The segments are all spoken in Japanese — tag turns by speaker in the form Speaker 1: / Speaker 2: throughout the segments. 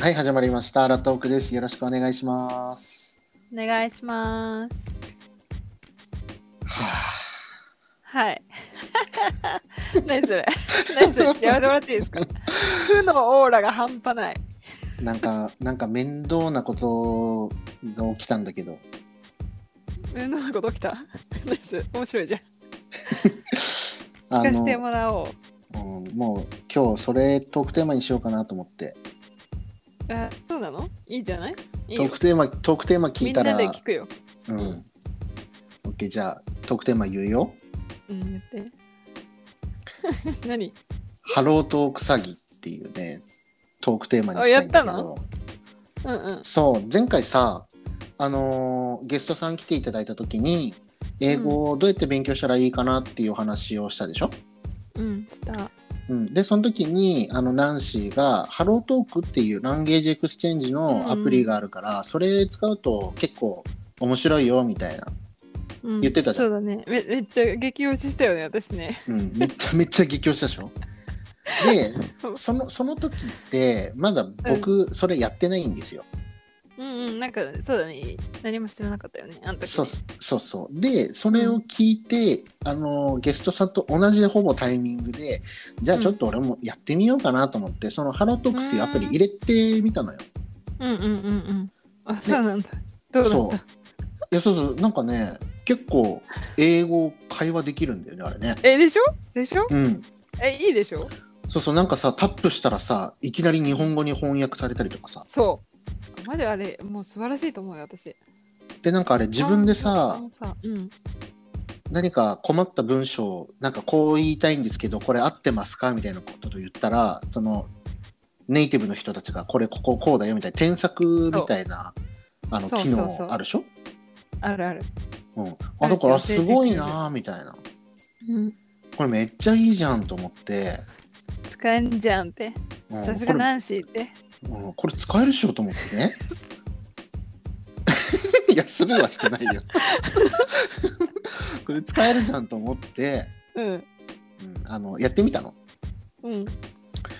Speaker 1: はい、始まりました。アラトークです。よろしくお願いします。
Speaker 2: お願いします。
Speaker 1: は
Speaker 2: はい。 何それ何それやめてもらっていいですか負のオーラが半端ない。
Speaker 1: あ、なんか、なんか面倒なことが起きたんだけど、
Speaker 2: 面倒なこと起きたナイス面白いじゃん。
Speaker 1: あ
Speaker 2: 聞かせて
Speaker 1: の、
Speaker 2: もらお
Speaker 1: う
Speaker 2: う。
Speaker 1: ん、もう今日それトークテーマにしようかなと思って、
Speaker 2: あそうなのいいじゃないいい
Speaker 1: ト
Speaker 2: よ
Speaker 1: ークテーマ、トークテーマ聞
Speaker 2: み
Speaker 1: い
Speaker 2: ん
Speaker 1: た
Speaker 2: な
Speaker 1: ら、
Speaker 2: で聞くよ。
Speaker 1: うん
Speaker 2: う。
Speaker 1: OK、じゃあトークテーマ言うよ。
Speaker 2: うん、言って。 何
Speaker 1: ハロートーク詐欺っていうね、トークテーマにしたいんだけ
Speaker 2: あやった
Speaker 1: ど、
Speaker 2: うんうん。
Speaker 1: そう、前回さ、あのーゲストさん来ていただいた時に、英語をどうやって勉強したらいいかなっていう話をしたでしょ、
Speaker 2: うん、した。
Speaker 1: うん、でその時にあのナンシーがハロートークっていうランゲージエクスチェンジのアプリがあるから、それ使うと結構面白いよみたいな、
Speaker 2: うん
Speaker 1: 言ってたじゃん
Speaker 2: そうだねめ。めっちゃ激推ししたよね、私ね。
Speaker 1: うん、めちゃめちゃ激推したでしょでそのその時ってまだ僕それやってないんですよ、
Speaker 2: うんうん、なんかそうだね。何もしてなかったよね。あんた
Speaker 1: そうそうそうでそれを聞いて、あのゲストさんと同じほぼタイミングでじゃあちょっと俺もやってみようかなと思って、そのハロートークっていうアプリ入れてみたのよ、
Speaker 2: うんうんうんうん。あ、そうなんだ。どうだ
Speaker 1: そう
Speaker 2: っ。
Speaker 1: いや、そうそう、なんかね、結構英語会話できるんだよね、あれね。
Speaker 2: たえ、でしょでしょ
Speaker 1: うん。
Speaker 2: え、いいでしょ
Speaker 1: そうそう、なんかさ、タップしたらさ、いきなり日本語に翻訳されたりとかさ。
Speaker 2: そう。マジあれ、もう素晴らしいと思うよ、私。
Speaker 1: で、なんかあれ、自分でさ、
Speaker 2: さうん。
Speaker 1: 何か困った文章、なんかこう言いたいんですけど、これ合ってますかみたいなことと言ったら、その、ネイティブの人たちが、これ、ここ、こうだよ、みたいな、添削みたいな、あの、
Speaker 2: そう
Speaker 1: 機
Speaker 2: そうそう
Speaker 1: 能あるでしょ
Speaker 2: あるある。
Speaker 1: うん。あ、
Speaker 2: ある
Speaker 1: だ
Speaker 2: し
Speaker 1: から、
Speaker 2: 教えて
Speaker 1: す
Speaker 2: くれる
Speaker 1: ごいなーみたいな。
Speaker 2: うん。
Speaker 1: これめっちゃいいじゃんと思って。
Speaker 2: 使えんじゃんって。
Speaker 1: うん
Speaker 2: さす
Speaker 1: こ
Speaker 2: が
Speaker 1: れ
Speaker 2: ナンシーって。
Speaker 1: うん、これ使えるっしょと思って ね。いや、するはしてないよ。これ使えるじゃんと思って、
Speaker 2: うん。
Speaker 1: うん、あのやってみたの。
Speaker 2: うん。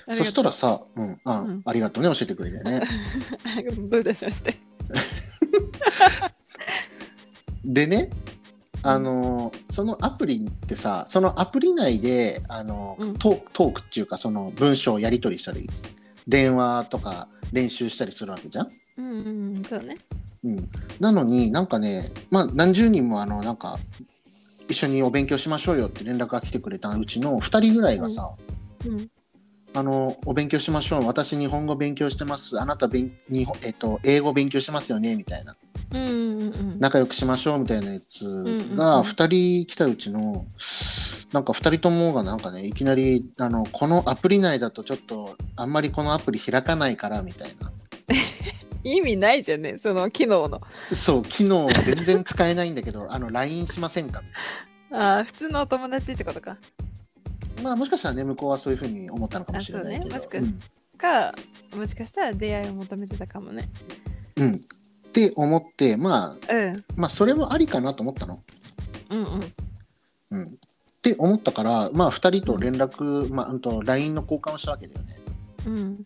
Speaker 1: そした
Speaker 2: ら。
Speaker 1: らさ、うんあ
Speaker 2: うん
Speaker 1: ありがとうね、教えてくれてね。
Speaker 2: どういたしまして。
Speaker 1: でね、あのそのアプリってさ、そのアプリ内であの、
Speaker 2: うん
Speaker 1: トークトークっていうか、その文章をやり取りしたり、電話とか練習したりするわけじゃん。
Speaker 2: うんうんうん、そうね。
Speaker 1: うん、なのになんかね、まあ、何十人もあのなんか一緒にお勉強しましょうよって連絡が来てくれたうちの2人ぐらいがさ、
Speaker 2: うん。
Speaker 1: あのお勉強しましょう私日本語勉強してますあなた勉日本、えっと英語勉強してますよねみたいな
Speaker 2: うんうんうん。
Speaker 1: 仲良くしましょうみたいなやつ
Speaker 2: んうんう
Speaker 1: が
Speaker 2: ん
Speaker 1: 2人来たうちのなんか2人ともがなんかねいきなりあのこのアプリ内だとちょっとあんまりこのアプリ開かないからみたいな
Speaker 2: 意味ないじゃんね、その機能の。
Speaker 1: そう機能全然使えないんだけどあの LINE しませんかみたいな。
Speaker 2: ああ、普通のお友達ってことか。
Speaker 1: まあもしかしたらね向こうはそういうふうに思ったのかもしれないけど
Speaker 2: あそうね
Speaker 1: うん
Speaker 2: か、もしかしたら出会いを求めてたかもね。
Speaker 1: うんって思って、まあ、
Speaker 2: うん。
Speaker 1: まあそれもありかなと思ったの。
Speaker 2: うんうん。
Speaker 1: うん、って思ったからまあ2人と連絡、まあ、うんと LINE の交換をしたわけだよね。
Speaker 2: うん。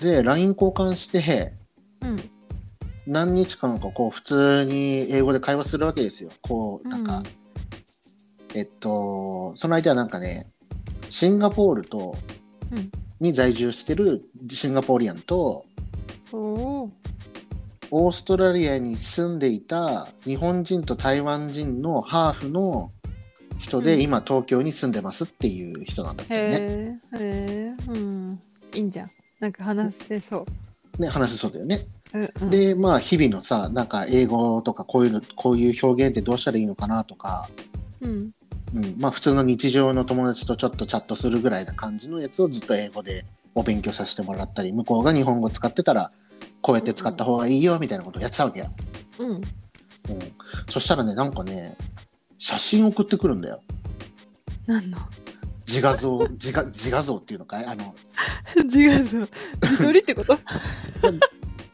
Speaker 1: で LINE 交換して
Speaker 2: うん。
Speaker 1: 何日間かこう普通に英語で会話するわけですよ。こうなんか、えっとその間はなんかねシンガポールと、
Speaker 2: うん
Speaker 1: に在住してるシンガポリアンと
Speaker 2: おお
Speaker 1: オーストラリアに住んでいた日本人と台湾人のハーフの人で、
Speaker 2: うん
Speaker 1: 今東京に住んでますっていう人なんだけどね
Speaker 2: へえ、へえ、うん。いいんじゃん。なんか話せそ
Speaker 1: ね話せそうだよね。
Speaker 2: う。うんうん、
Speaker 1: でまあ日々のさなんか英語とかこういうのこういう表現ってどうしたらいいのかなとか、
Speaker 2: うん、
Speaker 1: うん、まあ普通の日常の友達とちょっとチャットするぐらいな感じのやつをずっと英語でお勉強させてもらったり向こうが日本語使ってたらこうやって使った方がいいよみたいなことをやってたわけよ。
Speaker 2: うん。
Speaker 1: うん、そしたらねなんかね写真送ってくるんだよ。
Speaker 2: 何の
Speaker 1: 自画像自画自画像っていうのかいあの
Speaker 2: 違うぞ。自撮りってこと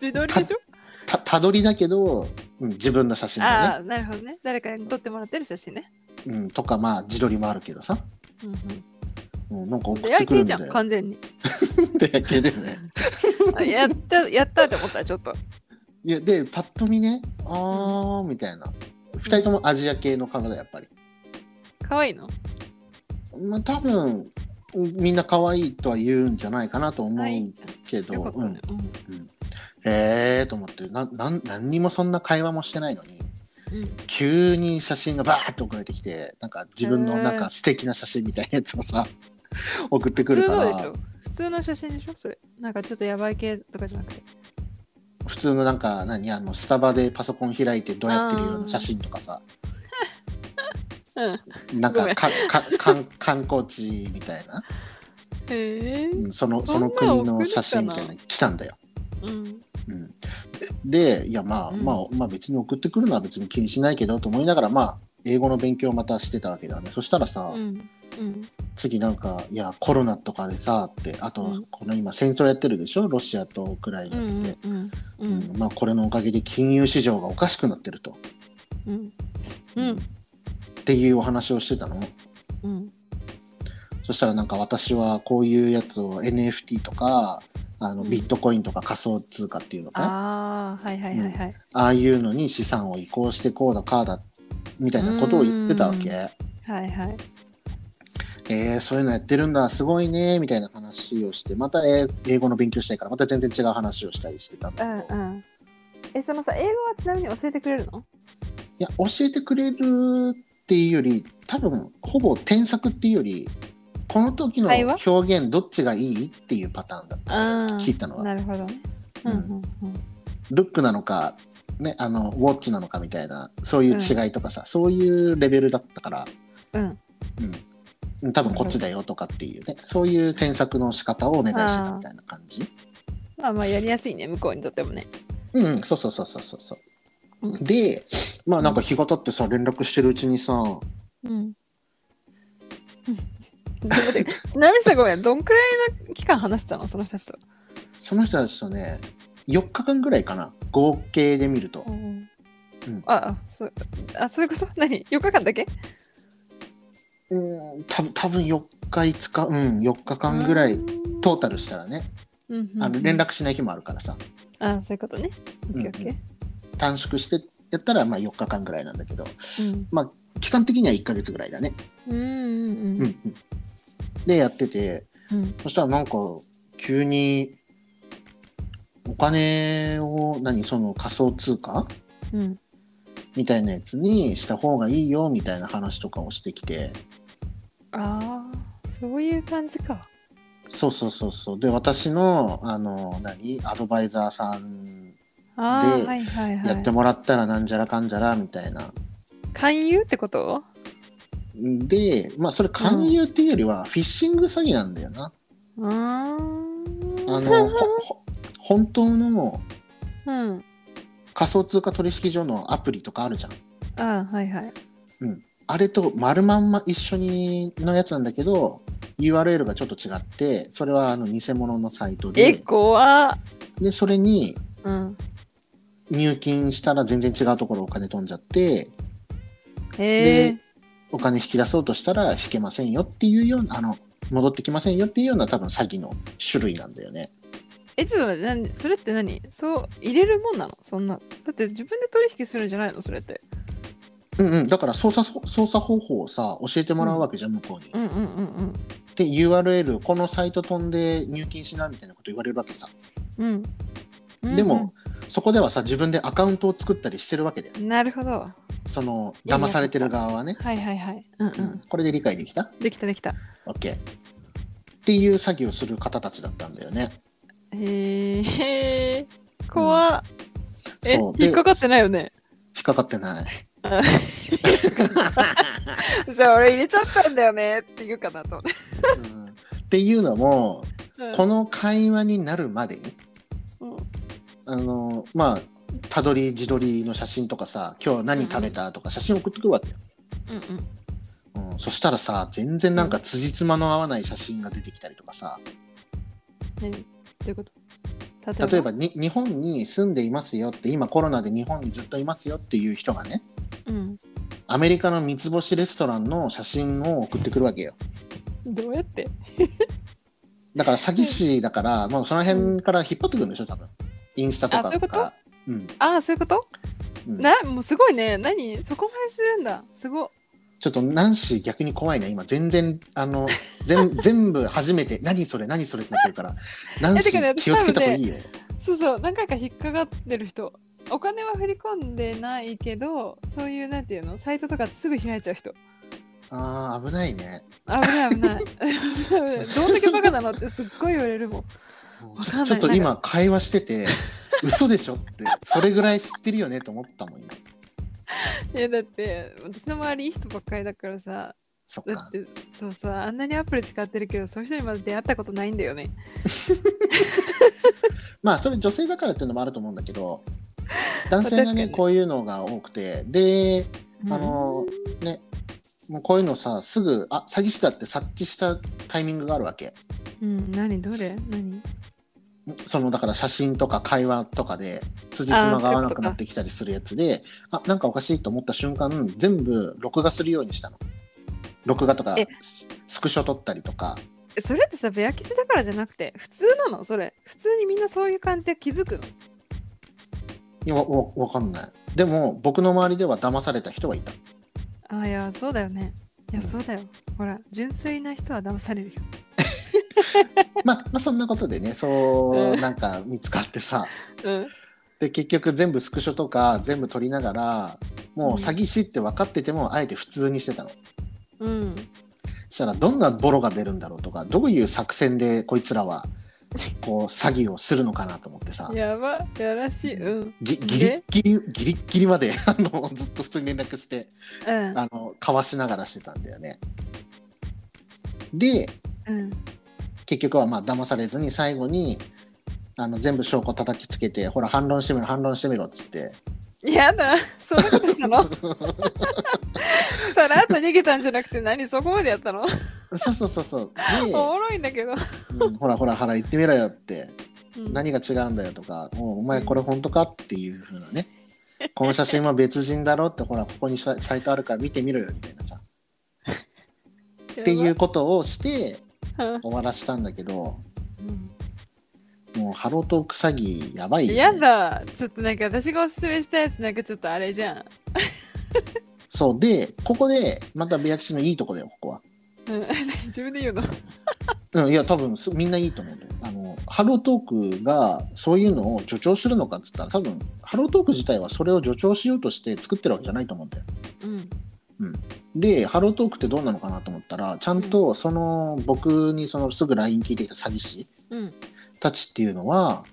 Speaker 2: 自撮りでしょ
Speaker 1: たたどりだけど、うん、自分の写真だ
Speaker 2: あ
Speaker 1: ね、
Speaker 2: あ、なるほどね。誰かに撮ってもらってる写真ね。
Speaker 1: うん、とかまあ自撮りもあるけどさ
Speaker 2: うん
Speaker 1: うん、なんか送
Speaker 2: 出
Speaker 1: って
Speaker 2: 会い
Speaker 1: くる
Speaker 2: 系
Speaker 1: ん
Speaker 2: じ
Speaker 1: だ
Speaker 2: ゃん、
Speaker 1: よ。
Speaker 2: 完全に。
Speaker 1: 出会い系だよね。
Speaker 2: あやった、やったって思った、ちょっと。
Speaker 1: いや、で、パッと見ね、あー、みたいな。二人ともアジア系の体、やっぱり。
Speaker 2: 可愛いの
Speaker 1: まあ、多分、みんな可愛いとは言うんじゃないかなと思
Speaker 2: 可愛いん
Speaker 1: う
Speaker 2: じゃ
Speaker 1: け
Speaker 2: ん。
Speaker 1: ど、
Speaker 2: よかった
Speaker 1: うん
Speaker 2: ね。うん
Speaker 1: えーと思ってななん何にもそんな会話もしてないのに
Speaker 2: うん
Speaker 1: 急に写真がバーッと送られてきてなんか自分のなんか素敵な写真みたいなやつをさ 送ってく
Speaker 2: 普
Speaker 1: る
Speaker 2: 通
Speaker 1: か
Speaker 2: ので
Speaker 1: ら
Speaker 2: しょ普通の写真でしょそれ。なんかちょっとやばい系とかじゃなくて。
Speaker 1: 普通のなんか何あのスタバでパソコン開いてどうやってるような写真とかさ
Speaker 2: うん。
Speaker 1: なん
Speaker 2: ごめ
Speaker 1: か
Speaker 2: ん
Speaker 1: かかかん観光地みたいな、
Speaker 2: へえ。
Speaker 1: うん、その
Speaker 2: そ
Speaker 1: そ
Speaker 2: んな
Speaker 1: の
Speaker 2: 送るかな
Speaker 1: 国の写真みたいなの来たんだよ。
Speaker 2: うん。
Speaker 1: うん、でいやまあ、
Speaker 2: うん
Speaker 1: まあまあ別に送ってくるのは別に気にしないけどと思いながらまあ英語の勉強をまたしてたわけだねそしたらさ、
Speaker 2: うん。うん。
Speaker 1: 次なんか、いや、コロナとかでさ、って、あと
Speaker 2: うん、
Speaker 1: この今戦争やってるでしょ、ロシアとウクライ
Speaker 2: う
Speaker 1: ナって。
Speaker 2: ん。うん。う
Speaker 1: うん
Speaker 2: ん。
Speaker 1: まあ、これのおかげで金融市場がおかしくなってると。
Speaker 2: うん。うん
Speaker 1: っ。ていうお話をしてたの。
Speaker 2: うん。
Speaker 1: そしたらなんか私はこういうやつを NFT とか、あの
Speaker 2: うん
Speaker 1: ビットコインとか仮想通貨っていうのかな、
Speaker 2: ああ、はいはいはいはい。
Speaker 1: ああいうのに資産を移行してこうだかーだみたいなことを言ってたわけ。
Speaker 2: うはいはい。
Speaker 1: えー、そういうのやってるんだ、すごいね、みたいな話をして、またえー英語の勉強したいから、また全然違う話をしたりしてたんだ
Speaker 2: う
Speaker 1: けど
Speaker 2: んうん。え、そのさ、英語はちなみに教えてくれるの
Speaker 1: いや教えてくれるっていうより多分ほぼ添削っていうよりこの時の
Speaker 2: 会話
Speaker 1: 表現どっちがいいっていうパターンだったんだよ聞いたのは
Speaker 2: なるほどね。うんうんうん。
Speaker 1: ルックなのか、ね、あのウォッチなのかみたいなそういう違いとかさ、そういうレベルだったから、
Speaker 2: うん。
Speaker 1: うん、多分こっちだよとかっていうねそういう添削の仕方をお願いしてたみたいな感じ
Speaker 2: まあまあやりやすいね、向こうにとってもね。
Speaker 1: うんうんそうそうそうそうそうそううんでまあなんか日が経ってさ連絡してるうちにさ、
Speaker 2: うん。ちなみにさ、ごめん、どんくらいの期間話したのその人たちと。
Speaker 1: その人たちとね、4日間ぐらいかな、合計で見ると。ん
Speaker 2: ああそうあ、そういうこと何 ?4 日間だけ
Speaker 1: うん、多分多分4日、5日、うん、4日間ぐらい、トータルしたらね、
Speaker 2: うんうん
Speaker 1: あの連絡しない日もあるからさ、
Speaker 2: あそういうことね。オッケーオ
Speaker 1: うん短縮してやったら、まあ4日間ぐらいなんだけど、
Speaker 2: ッ
Speaker 1: 期間的には1ヶ月ぐらいだね。
Speaker 2: うんうん
Speaker 1: うん、うん。で、やってて、
Speaker 2: うん
Speaker 1: そしたらなんか、急に、お金を、何、その仮想通貨
Speaker 2: うん
Speaker 1: みたいなやつにした方がいいよ、みたいな話とかをしてきて、
Speaker 2: ああそういう感じか。
Speaker 1: そうそうそうそうで私のあの何アドバイザーさん
Speaker 2: あ
Speaker 1: で
Speaker 2: ーはいはいは
Speaker 1: やって
Speaker 2: い。
Speaker 1: もらったらなんじゃらかんじゃらみたいな、
Speaker 2: 勧誘ってこと
Speaker 1: でまあそれ勧誘っていうよりはフィッシング詐欺なんだよな、
Speaker 2: うーん。
Speaker 1: あ のほほ本当の
Speaker 2: うん。
Speaker 1: 仮想通貨取引所のアプリとかあるじゃん
Speaker 2: あーはいはい。
Speaker 1: あれと丸まんま一緒にのやつなんだけど URL がちょっと違ってそれはあの偽物のサイト
Speaker 2: え、
Speaker 1: で
Speaker 2: 怖っ
Speaker 1: でそれに
Speaker 2: うん。
Speaker 1: 入金したら全然違うところお金飛んじゃって
Speaker 2: へえ
Speaker 1: で。お金引き出そうとしたら引けませんよっていうようなあの戻ってきませんよっていうような多分詐欺の種類なんだよね
Speaker 2: えちょっと待ってなんそれって何そう入れるもんなのそんなだって自分で取引するんじゃないのそれって
Speaker 1: うんうんだから操作操作方法をさ教えてもらうわけじゃん、向こうに
Speaker 2: うんうんうん
Speaker 1: で URL このサイト飛んで入金しなみたいなこと言われるわけさ
Speaker 2: うんうん
Speaker 1: でも、そこではさ自分でアカウントを作ったりしてるわけだよ
Speaker 2: うんなるほどはい
Speaker 1: その
Speaker 2: いやいや
Speaker 1: 騙されてる側はね
Speaker 2: はいはいうんう
Speaker 1: うん
Speaker 2: ん
Speaker 1: これで理解できた
Speaker 2: できたできた
Speaker 1: ?OK っていう詐欺をする方たちだったんだよね
Speaker 2: へえ怖っ、え
Speaker 1: そうで
Speaker 2: 引っかかってない よね
Speaker 1: 引っかかってない
Speaker 2: あじゃあ俺入れちゃったんだよねって言うかなと思って
Speaker 1: うんっていうのもこの会話になるまでに
Speaker 2: うん
Speaker 1: あのまあたどり自撮りの写真とかさ今日何食べたとか写真送ってくるわけよ、
Speaker 2: うんうん
Speaker 1: うん、そしたらさ全然なんか辻褄の合わない写真が出てきたりとかさ
Speaker 2: 何どういうこと例
Speaker 1: 例えばに日本に住んでいますよって今コロナで日本にずっといますよっていう人がね
Speaker 2: うん、
Speaker 1: アメリカの三つ星レストランの写真を送ってくるわけよ
Speaker 2: どうやって
Speaker 1: だから詐欺師だから、もうその辺から引っ張ってくるんでしょ多分インスタと
Speaker 2: あそうい
Speaker 1: か
Speaker 2: うこと
Speaker 1: かうん
Speaker 2: ああそういうこと、
Speaker 1: うん
Speaker 2: なもうすごいね何そこまでするんだすご
Speaker 1: ちょっとナンシー逆に怖いな今全然あの全 全部初めて何それ何それってなってるからナンシ
Speaker 2: てかね
Speaker 1: ー気をつけた方がいいよ、
Speaker 2: そうそう何回か引っかかってる人お金は振り込んでないけどそういうなんていうのサイトとかすぐ開いちゃう人
Speaker 1: あー危ないね
Speaker 2: 危ない危 ない危ないどんだけバカなのってすっごい言われるもんわかんない
Speaker 1: ちょっと
Speaker 2: な
Speaker 1: 今会話してて嘘でしょってそれぐらい知ってるよねと思ったもん今
Speaker 2: いやだって私の周りいい人ばっかりだからさ
Speaker 1: そっ
Speaker 2: だ
Speaker 1: か
Speaker 2: ってそうそうあんなにアプリ使ってるけどそういう人にまだ出会ったことないんだよね
Speaker 1: まあそれ女性だからっていうのもあると思うんだけど男性が
Speaker 2: 確か
Speaker 1: ね
Speaker 2: に
Speaker 1: こういうのが多くてであのねもうこういうのさすぐあ詐欺師だって察知したタイミングがあるわけ
Speaker 2: うん何どれ何
Speaker 1: そのだから写真とか会話とかで辻褄が合わなくなってきたりするやつであなんかおかしいと思った瞬間全部録画するようにしたの録画とか
Speaker 2: え
Speaker 1: スクショ撮ったりとか
Speaker 2: えそれってさベア吉だからじゃなくて普通なのそれ普通にみんなそういう感じで気づくの
Speaker 1: いやわわわかんないでも僕の周りでは騙された人はい た
Speaker 2: あいやそうだよねいや
Speaker 1: うん
Speaker 2: そうだよほら純粋な人は騙されるよ
Speaker 1: まあまあそんなことでねそううんなんか見つかってさ
Speaker 2: うん
Speaker 1: で結局全部スクショとか全部撮りながらもう詐欺師って分かっててもあえて普通にしてたの
Speaker 2: うん
Speaker 1: そしたらどんなボロが出るんだろうとかどういう作戦でこいつらはこう詐欺をするのかなと思ってさ
Speaker 2: やばやらしいうん
Speaker 1: ぎギリッギリギリッギリまで あのずっと普通に連絡して
Speaker 2: うん
Speaker 1: あの交わしながらしてたんだよね。で
Speaker 2: うん
Speaker 1: 結局はまあ騙されずに最後にあの全部証拠叩きつけてほら反論してみろ反論してみろっつって
Speaker 2: やだそんなことした のさらっと逃げたんじゃなくて何そこまでやったの
Speaker 1: そうそうそうそうで
Speaker 2: お、もろいんだけど、
Speaker 1: うんほらほらほら言ってみろよって
Speaker 2: うん
Speaker 1: 何が違うんだよとか、もうお前これ本当かっていう風なね、この写真は別人だろって、ほら、ここにササイトあるから見てみろよみたいなさ、っていうことをして
Speaker 2: やば
Speaker 1: 終わらしたんだけど、
Speaker 2: うん
Speaker 1: もうハロートーク詐欺やばいよ、ね。
Speaker 2: やだちょっとなんか私がおすすめしたやつなんかちょっとあれじゃん、
Speaker 1: そう、で、ここで、またベアキシのいいとこだよ、ここは。
Speaker 2: うん 自分で言うの
Speaker 1: うん、いや、多分すみんないいと思うよあの、ハロートークがそういうのを助長するのかっつったら、多分ハロートーク自体はそれを助長しようとして作ってるわけじゃないと思うんだよ。
Speaker 2: うん
Speaker 1: で、ハロートークってどうなのかなと思ったら、ちゃんとその僕にそのすぐ LINE 聞いてきた詐欺師
Speaker 2: うん
Speaker 1: たちっていうのは、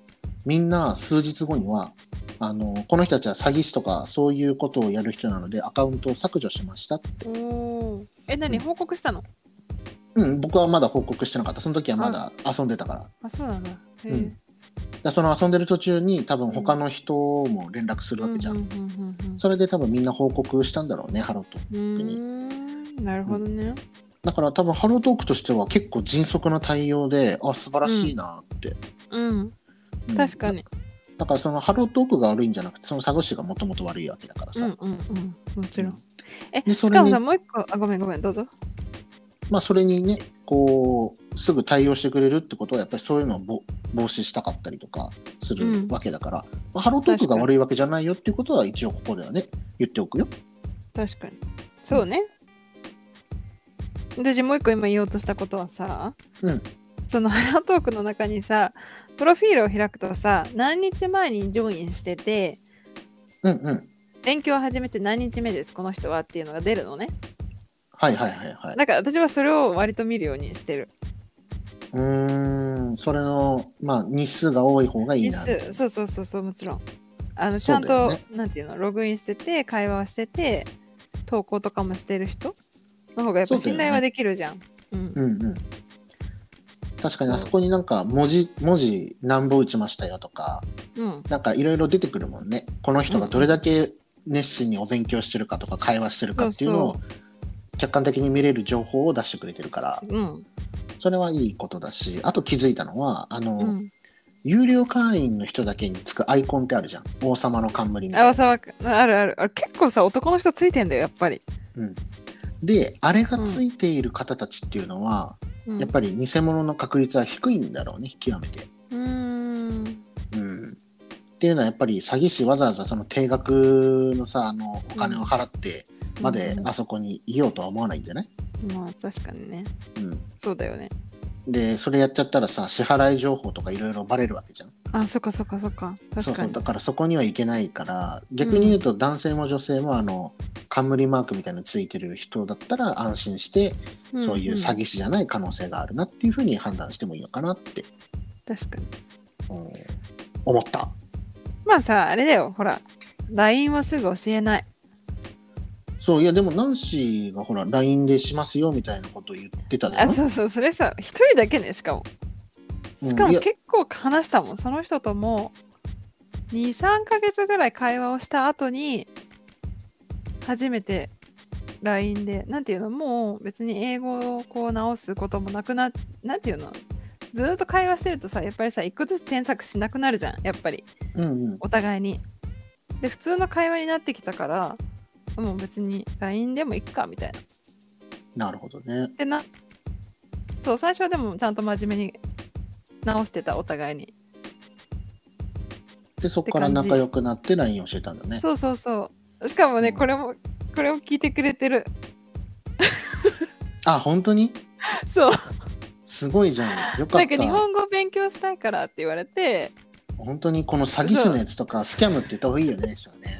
Speaker 1: みんな数日後には、あの、この人たちは詐欺師とかそういうことをやる人なのでアカウントを削除しました。
Speaker 2: おーえ何報告したの
Speaker 1: うん、僕はまだ報告してなかった。その時はまだ遊んでたから。
Speaker 2: あそうなんだへえ
Speaker 1: うんでその遊んでる途中に多分他の人も連絡するわけじゃ
Speaker 2: うん
Speaker 1: ん。
Speaker 2: うんうんうんうん
Speaker 1: それで多分みんな報告したんだろうね、ハロートーク。
Speaker 2: うーんなるほどね、
Speaker 1: だから多分ハロートークとしては結構迅速な対応で、あ、素晴らしいなって。
Speaker 2: うん、
Speaker 1: うん
Speaker 2: 確かに。
Speaker 1: だからそのハロートークが悪いんじゃなくてその佐賀氏がもともと悪いわけだから
Speaker 2: うん
Speaker 1: さ、
Speaker 2: うんうんもちろん。え、
Speaker 1: で
Speaker 2: し
Speaker 1: それに
Speaker 2: かもさ、もう一個、あ、ごめんごめん、どうぞ。
Speaker 1: まあそれにねこうすぐ対応してくれるってことはやっぱりそういうのをぼ防止したかったりとかするわけだから、まあハロートークが悪いわけじゃないよっていうことは一応ここではね言っておくよ。
Speaker 2: 確かに。そうね。私もう一個今言おうとしたことはさ、
Speaker 1: うん
Speaker 2: そのハロートークの中にさ、プロフィールを開くとさ、何日前にジョインしてて、
Speaker 1: うんうん
Speaker 2: 勉強を始めて何日目です、この人はっていうのが出るのね。
Speaker 1: はいはいはいはい。
Speaker 2: だから私はそれを割と見るようにしてる。
Speaker 1: うーんそれのまあ日数が多い方がいい
Speaker 2: 日
Speaker 1: な。
Speaker 2: 数、そうそうそうそう、もちろん。あのち
Speaker 1: そ
Speaker 2: ゃ
Speaker 1: うんだよ
Speaker 2: と、
Speaker 1: ね
Speaker 2: なんていうの、ログインしてて、会話をしてて、投稿とかもしてる人の方がやっぱ
Speaker 1: そうだよ
Speaker 2: 信
Speaker 1: ね
Speaker 2: 頼はできるじゃん。うん
Speaker 1: うんうん確かにあそこになんか文字文字何本打ちましたよとか
Speaker 2: うん
Speaker 1: なんかいろいろ出てくるもんね。この人がどれだけ熱心にお勉強してるかとか会話してるかっていうのを客観的に見れる情報を出してくれてるから、
Speaker 2: うん
Speaker 1: それはいいことだし、あと気づいたのは、あの、
Speaker 2: うん
Speaker 1: 有料会員の人だけにつくアイコンってあるじゃん。王様の冠みたい
Speaker 2: あ
Speaker 1: な
Speaker 2: わさわくあるあるあれ結構さ男の人ついてんだよやっぱり
Speaker 1: で、あれがついている方たちっていうのは、
Speaker 2: うん
Speaker 1: やっぱり偽物の確率は低いんだろうね極めて。
Speaker 2: うーん
Speaker 1: うんっていうのはやっぱり詐欺師わざわざその定額のさあのお金を払ってまで
Speaker 2: うん
Speaker 1: あそこにいようとは思わないんじゃない、
Speaker 2: まあ確かにね
Speaker 1: うん、
Speaker 2: そうだよね
Speaker 1: でそれやっちゃったらさ支払い情報とかいろいろバレるわけじゃん
Speaker 2: あそっかそっかそっか
Speaker 1: そ
Speaker 2: 確
Speaker 1: うそ
Speaker 2: か
Speaker 1: う
Speaker 2: に
Speaker 1: だからそこにはいけないから逆に言うと男性も女性もあの冠マークみたいなのついてる人だったら安心してそういう詐
Speaker 2: 欺
Speaker 1: 欺師じゃない可能性があるなっていうふうに判断してもいいのかなって、
Speaker 2: 確かに
Speaker 1: うん思った
Speaker 2: まあさあれだよほら LINE はすぐ教えない
Speaker 1: そういやでもナンシーがほら LINE でしますよみたいなこと言ってたじゃ
Speaker 2: あ
Speaker 1: ん
Speaker 2: そうそうそれさ一人だけねしかも
Speaker 1: うん
Speaker 2: しか
Speaker 1: い
Speaker 2: も
Speaker 1: や
Speaker 2: 結構話したもんその人とも23ヶ月ぐらい会話をした後に初めて LINE でなんていうのもう別に英語をこう直すこともなくななんていうのずーっと会話してるとさやっぱりさ一個ずつ添削しなくなるじゃんやっぱり
Speaker 1: うんうん
Speaker 2: お互いにで普通の会話になってきたからもう別に LINE でもいっかみたいな
Speaker 1: なるほどね
Speaker 2: でなそう最初はでもちゃんと真面目に直してたお互いに
Speaker 1: でそこから仲良くなって LINE 教えたんだね
Speaker 2: そうそうそうしかもねこれもこれを聞いてく れてる
Speaker 1: あ本当に
Speaker 2: そう
Speaker 1: すごいじゃんよか
Speaker 2: な
Speaker 1: っ
Speaker 2: んか
Speaker 1: た
Speaker 2: 日本語勉強したいからって言わ れて
Speaker 1: 本当にこの詐欺師のやつとかスキャムって言った方がいいよね人は ね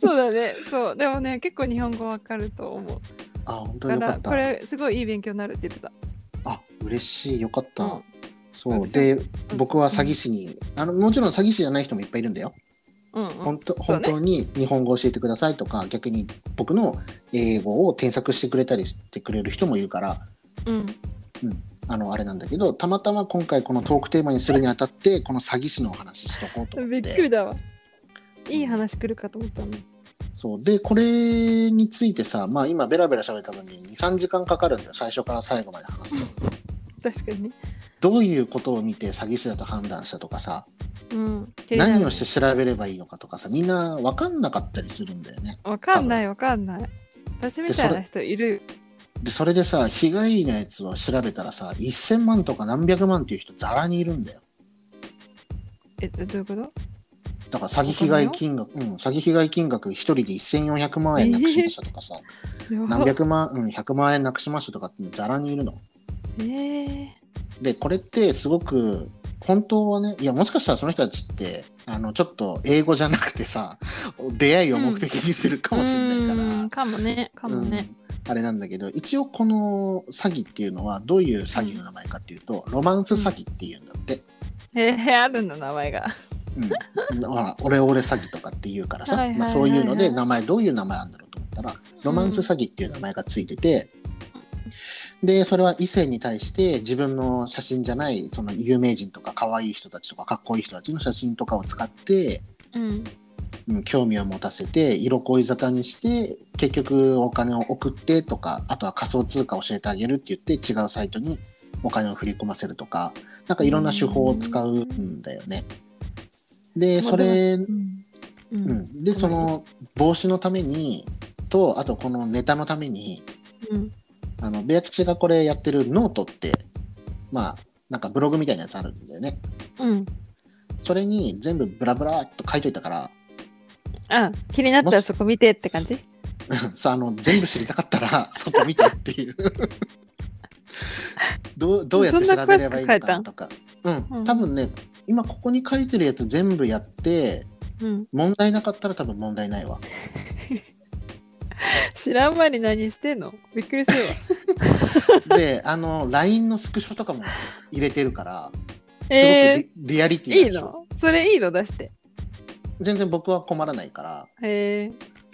Speaker 2: そうだねそうでもね結構日本語わかると思う
Speaker 1: あ本当
Speaker 2: だ
Speaker 1: に
Speaker 2: か
Speaker 1: よからった
Speaker 2: これすごいいい勉強になるって言ってた
Speaker 1: あ嬉しいよかった、
Speaker 2: うん
Speaker 1: そう
Speaker 2: 私
Speaker 1: で僕は詐欺師に、あのもちろん詐欺師じゃない人もいっぱいいるんだよ、
Speaker 2: うんう
Speaker 1: 本
Speaker 2: ん
Speaker 1: 当
Speaker 2: そう
Speaker 1: 本
Speaker 2: ね
Speaker 1: 当に日本語を教えてくださいとか逆に僕の英語を添削してくれたりしてくれる人もいるから
Speaker 2: うん
Speaker 1: あのあれなんだけどたまたま今回このトークテーマにするにあたってこの詐欺師のお話ししとこうと思っ
Speaker 2: び
Speaker 1: て
Speaker 2: っくりだわいい話来るかと思ったの
Speaker 1: そうでこれについてさまあ今ベラベラ喋ったのに23時間かかるんだよ最初から最後まで話すと
Speaker 2: 確かにね
Speaker 1: どういうことを見て詐欺師だと判断したとかさ
Speaker 2: うん
Speaker 1: 何をして調べればいいのかとかさみんな分かんなかったりするんだよね
Speaker 2: わかんないわかんない私みたいな人いるよ
Speaker 1: でそれでさ被害のやつを調べたらさ1000万とか何百万っていう人ざらにいるんだよ
Speaker 2: えどういうこと
Speaker 1: だから詐欺被害金額、うん、詐欺被害金額1人で1400万円なくしましたとかさ、
Speaker 2: やば
Speaker 1: 何百万、うん、100万円なくしましたとかってざらにいるの。
Speaker 2: えー、
Speaker 1: で、これってすごく、本当はね、いや、もしかしたらその人たちって、あの、ちょっと英語じゃなくてさ、出会いを目的にするかもしれないから、
Speaker 2: うーんかもねかもね、
Speaker 1: うんあれなんだけど、一応この詐欺っていうのは、どういう詐欺の名前かっていうと、ロマンス詐欺っていうんだって。
Speaker 2: えー、あるんだ名前が
Speaker 1: うん。ほら、オレオレ詐欺とかって言うからさ、
Speaker 2: はいはい
Speaker 1: まあそういうの
Speaker 2: はい
Speaker 1: で、
Speaker 2: はい
Speaker 1: 名前、どういう名前あるんだろうと思ったら、ロマンス詐欺っていう名前がついてて、で、それは異性に対して自分の写真じゃない、その有名人とか可愛い人たちとかかっこいい人たちの写真とかを使って、
Speaker 2: うん
Speaker 1: うん、興味を持たせて、色恋沙汰にして、結局お金を送ってとか、あとは仮想通貨教えてあげるって言って違うサイトにお金を振り込ませるとか、なんかいろんな手法を使うんだよね。で、それ、
Speaker 2: うんう
Speaker 1: うんん、でその防止のためにとあとこのネタのために
Speaker 2: うん
Speaker 1: あのベア吉がこれやってるノートってまあなんかブログみたいなやつあるんだよね
Speaker 2: うん
Speaker 1: それに全部ブラブラっと書いといたから
Speaker 2: あ気になった
Speaker 1: も
Speaker 2: ら
Speaker 1: し
Speaker 2: そこ見てって感じ
Speaker 1: さあの全部知りたかったら そこ見てっていう どうどうやって調べればいいのかなとか
Speaker 2: た
Speaker 1: う
Speaker 2: うんん
Speaker 1: 多分ね今ここに書いてるやつ全部やって
Speaker 2: うん
Speaker 1: 問題なかったら多分問題ない わ
Speaker 2: 知らん間に何してんのびっくりする わ
Speaker 1: であの LINE のスクショとかも入れてるからすご
Speaker 2: え
Speaker 1: くリリアリテ
Speaker 2: ー、
Speaker 1: ィ
Speaker 2: いい
Speaker 1: でしょ
Speaker 2: のそれいいの出して
Speaker 1: 全然僕は困らないから、
Speaker 2: へえ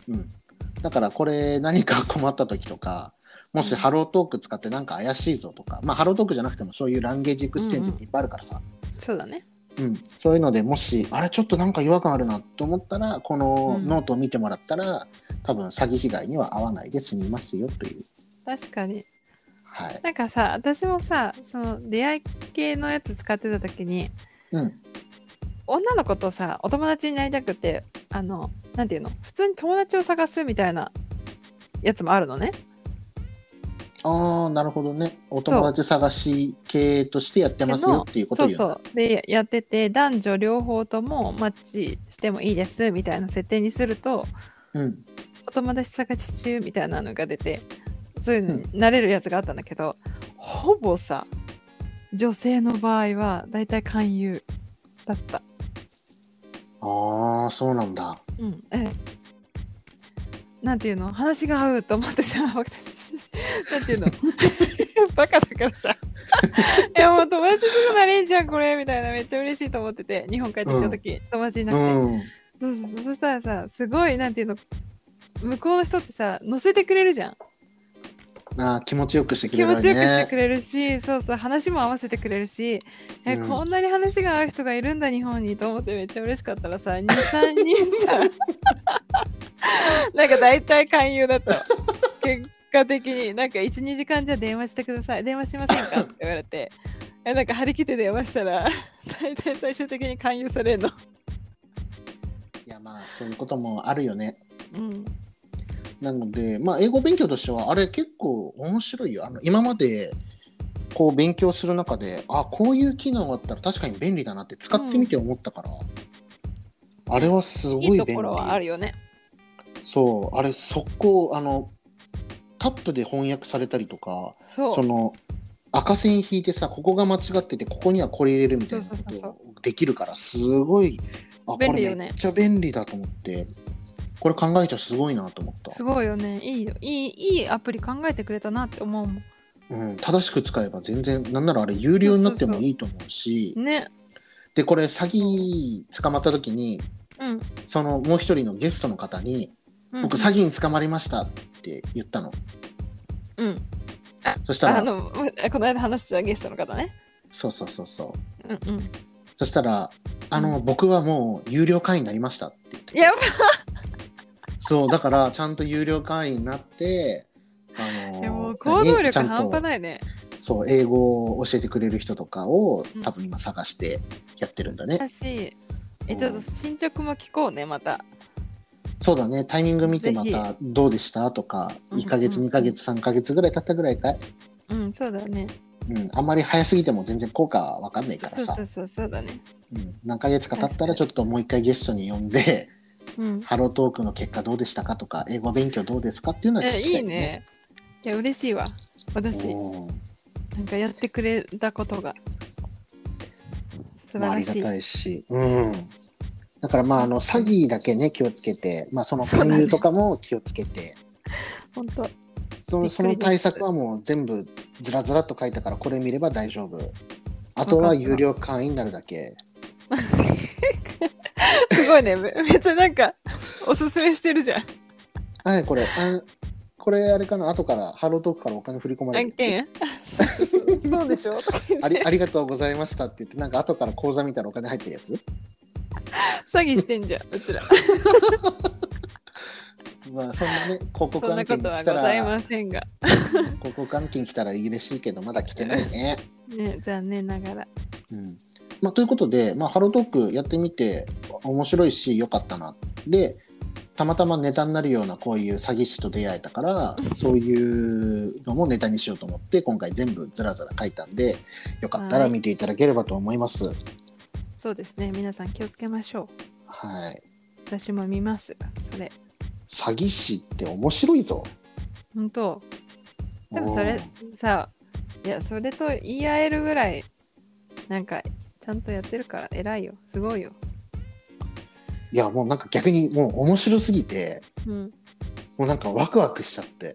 Speaker 1: うん、だからこれ何か困った時とかもしハロートーク使ってなんか怪しいぞとか、まあ、ハロートークじゃなくてもそういうランゲージエクスチェンジっていっぱいあるからさ、
Speaker 2: そうだね
Speaker 1: うんそういうのでもしあれちょっとなんか違和感あるなと思ったらこの
Speaker 2: うん
Speaker 1: ノートを見てもらったら、多分詐欺被害には合わないで済みますよという。
Speaker 2: 確かに
Speaker 1: はい
Speaker 2: なんかさ私もさその出会い系のやつ使ってた時に
Speaker 1: うん
Speaker 2: 女の子とさお友達になりたくてあのなんていうの普通に友達を探すみたいなやつもあるのね
Speaker 1: ああ、なるほどね。お友達探し系としてやってますよっていうことを
Speaker 2: そう
Speaker 1: 言うんだ
Speaker 2: そうでやってて男女両方ともマッチしてもいいですみたいな設定にすると
Speaker 1: うん。
Speaker 2: お友達探し中みたいなのが出てそういうのになれるやつがあったんだけど、ほぼさ女性の場合はだいたい勧誘だった
Speaker 1: ああ、そうなんだ。
Speaker 2: うんええなんていうの話が合うと思ってさ 私なんていうの バカだからさ いやもう友達すぐなれんじゃんこれみたいなめっちゃ嬉しいと思ってて日本帰ってきた時、友達いな
Speaker 1: う
Speaker 2: くて、
Speaker 1: ん。
Speaker 2: そうそうそうそしたらさすごいなんていうの向こうの人ってさ乗せてくれるじゃん
Speaker 1: あー気持ちよくしてく
Speaker 2: 気
Speaker 1: れる
Speaker 2: 持
Speaker 1: よ
Speaker 2: ちよくして
Speaker 1: ね
Speaker 2: く。れるしそうそう話も合わせてくれるしえ、
Speaker 1: うん
Speaker 2: こんなに話が合う人がいるんだ日本にと思ってめっちゃ嬉しかったらさ23人さ なんか大体勧誘だったわ結果的になんか12時間じゃ電話してください電話しませんかって言われてえなんか張り切って電話したら大体最終的に勧誘されるの、
Speaker 1: いや、まあ、そういうこともあるよね。
Speaker 2: うん、
Speaker 1: なので、まあ、英語勉強としては、あれ結構面白いよ。あの今までこう勉強する中で、あこういう機能があったら確かに便利だなって使ってみて思ったから、あれはすごい
Speaker 2: いい
Speaker 1: 便
Speaker 2: と
Speaker 1: 利。
Speaker 2: ころはあるよね
Speaker 1: そう、あれ、速攻、あの、タップで翻訳されたりとか、
Speaker 2: そう
Speaker 1: その、赤線引いてさ、ここが間違ってて、ここにはこれ入れるみたいな
Speaker 2: そう
Speaker 1: こ
Speaker 2: そうそうそう
Speaker 1: とできるから、すごい、あ、これ
Speaker 2: 便利よね
Speaker 1: めっちゃ便利だと思って、これ考えたらすごいなと思った
Speaker 2: す。ごいよねいいよいいいいアプリ考えてくれたなって思うもん
Speaker 1: うん、正しく使えば全然、なんならあれ、有料になってもいいと思うし、
Speaker 2: ね
Speaker 1: で、これ、詐欺捕まった時に、
Speaker 2: うん、
Speaker 1: その、もう一人のゲストの方に、
Speaker 2: うん、
Speaker 1: 僕、詐欺に捕まりましたって言ったの。
Speaker 2: うん
Speaker 1: そした
Speaker 2: あ
Speaker 1: ら、
Speaker 2: の この間話したゲストの方ね。
Speaker 1: そうそうそうそう。
Speaker 2: うんうん。
Speaker 1: そしたら、あの、僕はもう有料会員になりましたって言って。
Speaker 2: やば
Speaker 1: そう、だから、ちゃんと有料会員になって、あの
Speaker 2: いもう行動
Speaker 1: 何ちゃ
Speaker 2: 力
Speaker 1: んと
Speaker 2: 半端ないね。
Speaker 1: そう、英語を教えてくれる人とかを
Speaker 2: うん、
Speaker 1: 多分今探してやってるんだね。
Speaker 2: だし、えちょっと進捗も聞こうねまた。
Speaker 1: そうだね、タイミング見てま
Speaker 2: ぜ
Speaker 1: た、どうでしたとか、
Speaker 2: うんうん
Speaker 1: 1ヶ月、2ヶ月、3ヶ月ぐらい経ったぐらいかい。
Speaker 2: うんそうだね。
Speaker 1: うん、あんまり早すぎても全然効果はわかんないから
Speaker 2: そう
Speaker 1: さ
Speaker 2: そ。うそうそうだね。
Speaker 1: うん、何ヶ月か経ったら、ちょっともう一回ゲストに呼んで、
Speaker 2: うん。
Speaker 1: ハロートークの結果どうでしたかとか、英語勉強どうですかっていうのは聞
Speaker 2: え
Speaker 1: きたい
Speaker 2: いい。ね。いや嬉しいわ。私
Speaker 1: うん
Speaker 2: なんかやってくれたことが素晴
Speaker 1: まあ、あ
Speaker 2: ら
Speaker 1: りが
Speaker 2: しい。
Speaker 1: たいし、うん、だからまああの詐欺だけね気をつけて、まあ、その勧誘とかも気をつけて
Speaker 2: 本 当。
Speaker 1: そ,、
Speaker 2: びっくりです
Speaker 1: その対策はもう全部ずらずらっと書いたからこれ見れば大丈夫あとは有料会員になるだけ
Speaker 2: すごいねめめっちゃなんかおすすめしてるじゃん。
Speaker 1: はいこれあこれあれかな後からハロートークからお金振り込まれ
Speaker 2: 案
Speaker 1: るや
Speaker 2: 件。そうそうそうそうでしょ。
Speaker 1: つありありがとうございましたって言ってなんか後から口座見たらお金入ってるやつ
Speaker 2: 詐欺してんじゃんうちら。
Speaker 1: まあそんなね広告
Speaker 2: そん
Speaker 1: 案
Speaker 2: なこ
Speaker 1: 件
Speaker 2: とは
Speaker 1: 来
Speaker 2: ご
Speaker 1: た
Speaker 2: ざい
Speaker 1: ら
Speaker 2: ませんが。
Speaker 1: 広告案件来たら嬉しいけどまだ来てないね
Speaker 2: ね残念ながら。
Speaker 1: うんまあ、ということで、まあ、ハロートークやってみて面白いし良かったなでたまたまネタになるようなこういう詐欺師と出会えたからそういうのもネタにしようと思って今回全部ずらずら書いたんでよかったら見ていただければと思います。はい、
Speaker 2: そうですね皆さん気をつけましょう私も見ますそれ
Speaker 1: 詐欺師って面白いぞ。
Speaker 2: 本当でもそ
Speaker 1: うん
Speaker 2: れさいやそれと言い合えるぐらいなんかちゃんとやってるから偉いよすごいよ
Speaker 1: いやもうなんか逆にもう面白すぎて
Speaker 2: うん
Speaker 1: もうなんかワクワクしちゃっ て。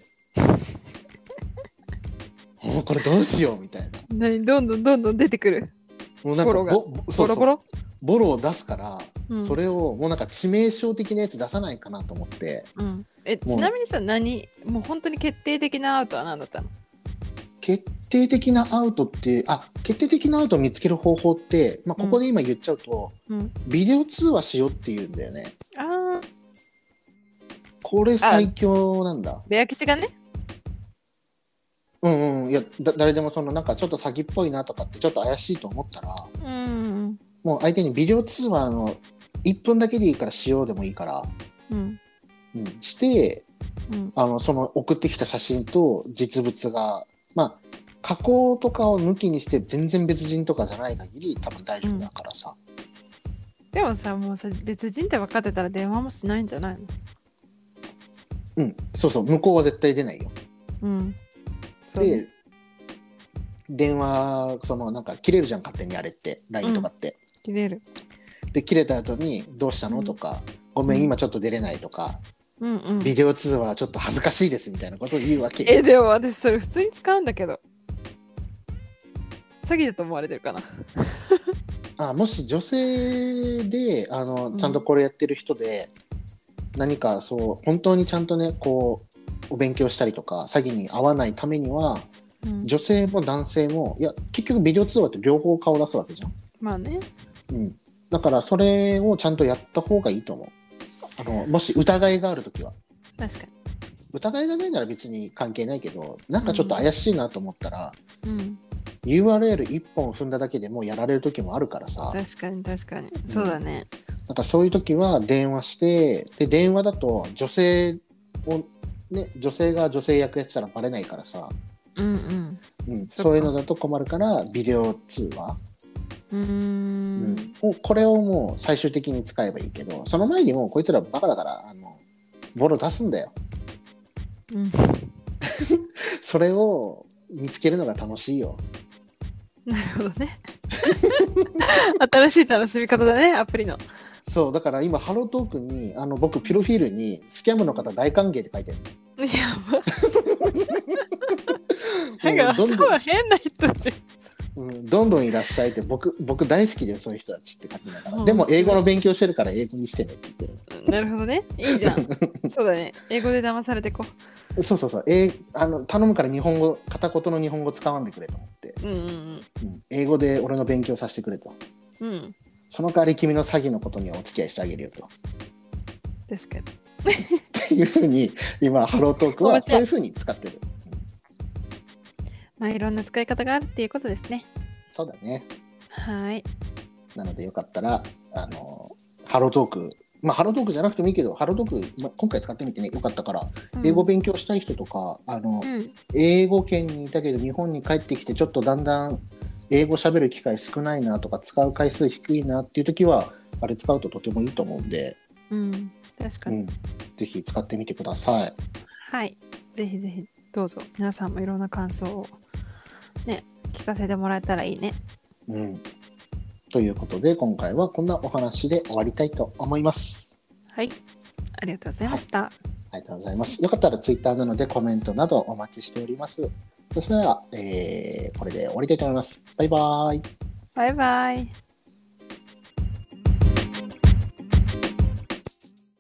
Speaker 1: もうこれどうしようみたいな。
Speaker 2: 何どんどんどんどん出てくる
Speaker 1: もうなんか
Speaker 2: ボロが
Speaker 1: ぼぼそ
Speaker 2: ボ
Speaker 1: うそ
Speaker 2: ロ
Speaker 1: う
Speaker 2: ボロ
Speaker 1: ボロを出すから、
Speaker 2: うん
Speaker 1: それをもうなんか致命傷的なやつ出さないかなと思って
Speaker 2: うんえ
Speaker 1: もう
Speaker 2: ちなみにさ何もう本当に決定的なアウトは何だったの
Speaker 1: 決定的なアウトってあ決定的なアウトを見つける方法って、まあ、ここで今言っちゃうと、
Speaker 2: うん
Speaker 1: ビデオ通話しようっていうんだよね
Speaker 2: あー
Speaker 1: これ最強なんだ
Speaker 2: ベア吉がね
Speaker 1: うんうんいやだ誰でもそのなんかちょっと詐欺っぽいなとかってちょっと怪しいと思ったら
Speaker 2: うんうん
Speaker 1: もう相手にビデオ通話の1分だけでいいからしようでもいいから、
Speaker 2: うん
Speaker 1: うん、して
Speaker 2: うん
Speaker 1: あのその送ってきた写真と実物がまあ加工とかを抜きにして全然別人とかじゃない限り多分大丈夫だからさ、
Speaker 2: でもさもうさ別人って分かってたら電話もしないんじゃないの
Speaker 1: うんそうそう向こうは絶対出ないよ
Speaker 2: うんそうね
Speaker 1: で電話そのなんか切れるじゃん勝手にあれって LINE とかって、
Speaker 2: 切れる
Speaker 1: で切れた後に「どうした
Speaker 2: う
Speaker 1: の?」
Speaker 2: ん
Speaker 1: とか「ごめ
Speaker 2: うん
Speaker 1: ん今ちょっと出れない」とか、
Speaker 2: うんうん
Speaker 1: ビデオ通話はちょっと恥ずかしいです」みたいなことを言うわけ
Speaker 2: えでも私それ普通に使うんだけど詐欺だと思われてるかな
Speaker 1: あもし女性であの
Speaker 2: ん
Speaker 1: ちゃんとこれやってる人で、何かそう本当にちゃんとねこうお勉強したりとか詐欺に遭わないためには
Speaker 2: うん
Speaker 1: 女性も男性もいや結局ビデオ通話って両方顔出すわけじゃん、
Speaker 2: まあね
Speaker 1: うん、だからそれをちゃんとやった方がいいと思うあのもし疑いがある時は
Speaker 2: 確かに
Speaker 1: 疑いがないなら別に関係ないけどなんかちょっと怪しいなと思ったら、
Speaker 2: うん
Speaker 1: URL1 本踏んだだけでもうやられる時もあるからさ、
Speaker 2: 確かに確かに、そうだね
Speaker 1: なんかそういう時は電話してで電話だと女性を、ね、女性が女性役やってたらバレないからさ、
Speaker 2: うんうん
Speaker 1: うん、
Speaker 2: そっか
Speaker 1: そういうのだと困るからビデオ通話、
Speaker 2: う
Speaker 1: う
Speaker 2: ー
Speaker 1: ん
Speaker 2: ん
Speaker 1: をこれをもう最終的に使えばいいけどその前にもうこいつらバカだからあのボロ出すんだよ
Speaker 2: うん
Speaker 1: それを見つけるのが楽しいよ
Speaker 2: なるほどね新しい楽しみ方だねアプリ の
Speaker 1: そうだから今ハロートークにあの僕プロフィールにスキャムの方大歓迎って書いてある
Speaker 2: やばなんか
Speaker 1: もうどんどん
Speaker 2: 頭変な人じゃん
Speaker 1: うん、どんどんいらっしゃいって僕僕大好きだよそういう人たちって書きながら、
Speaker 2: うん
Speaker 1: でも英語の勉強してるから英語にしてねって言っ
Speaker 2: なるほどね。いいじゃ ん。そうだね。英語で騙されてこ
Speaker 1: てそうそうそう、えーあの頼むから日本語片言の日本語使わんでくれと思って、
Speaker 2: う。うんうん
Speaker 1: うん英語で俺の勉強させてくれと
Speaker 2: うん。うん。
Speaker 1: その代わり君の詐欺のことにはお付き合いしてあげるよとっ
Speaker 2: 確かに。
Speaker 1: ていうふうに今ハロートークは
Speaker 2: 面
Speaker 1: そ
Speaker 2: 白
Speaker 1: う
Speaker 2: い
Speaker 1: いうふうに使ってる、うん
Speaker 2: まあいろんな使い方があるっていうことですね。
Speaker 1: そうだね
Speaker 2: はーい。
Speaker 1: なのでよかったらあのハロートークまあ、ハロートークじゃなくてもいいけど、ハロートーク、まあ、今回使ってみてね、よかったから、
Speaker 2: うん
Speaker 1: 英語勉強したい人とか、あの、
Speaker 2: うん。
Speaker 1: 英語圏にいたけど日本に帰ってきてちょっとだんだん英語喋る機会少ないなとか使う回数低いなっていう時はあれ使うととてもいいと思うんで、
Speaker 2: うん。確か
Speaker 1: う
Speaker 2: に。
Speaker 1: ん、ぜひ使ってみてください。
Speaker 2: はい。ぜひぜひ、どうぞ。皆さんもいろんな感想をね、聞かせてもらえたらいいね。
Speaker 1: うん、ということで今回はこんなお話で終わりたいと思います。
Speaker 2: はい。ありがとうございました。
Speaker 1: ありがとうございます。よかったら Twitter なのでコメントなどお待ちしております。そしたら、えーこれで終わりたいと思います。バイバイ。
Speaker 2: バイバイ。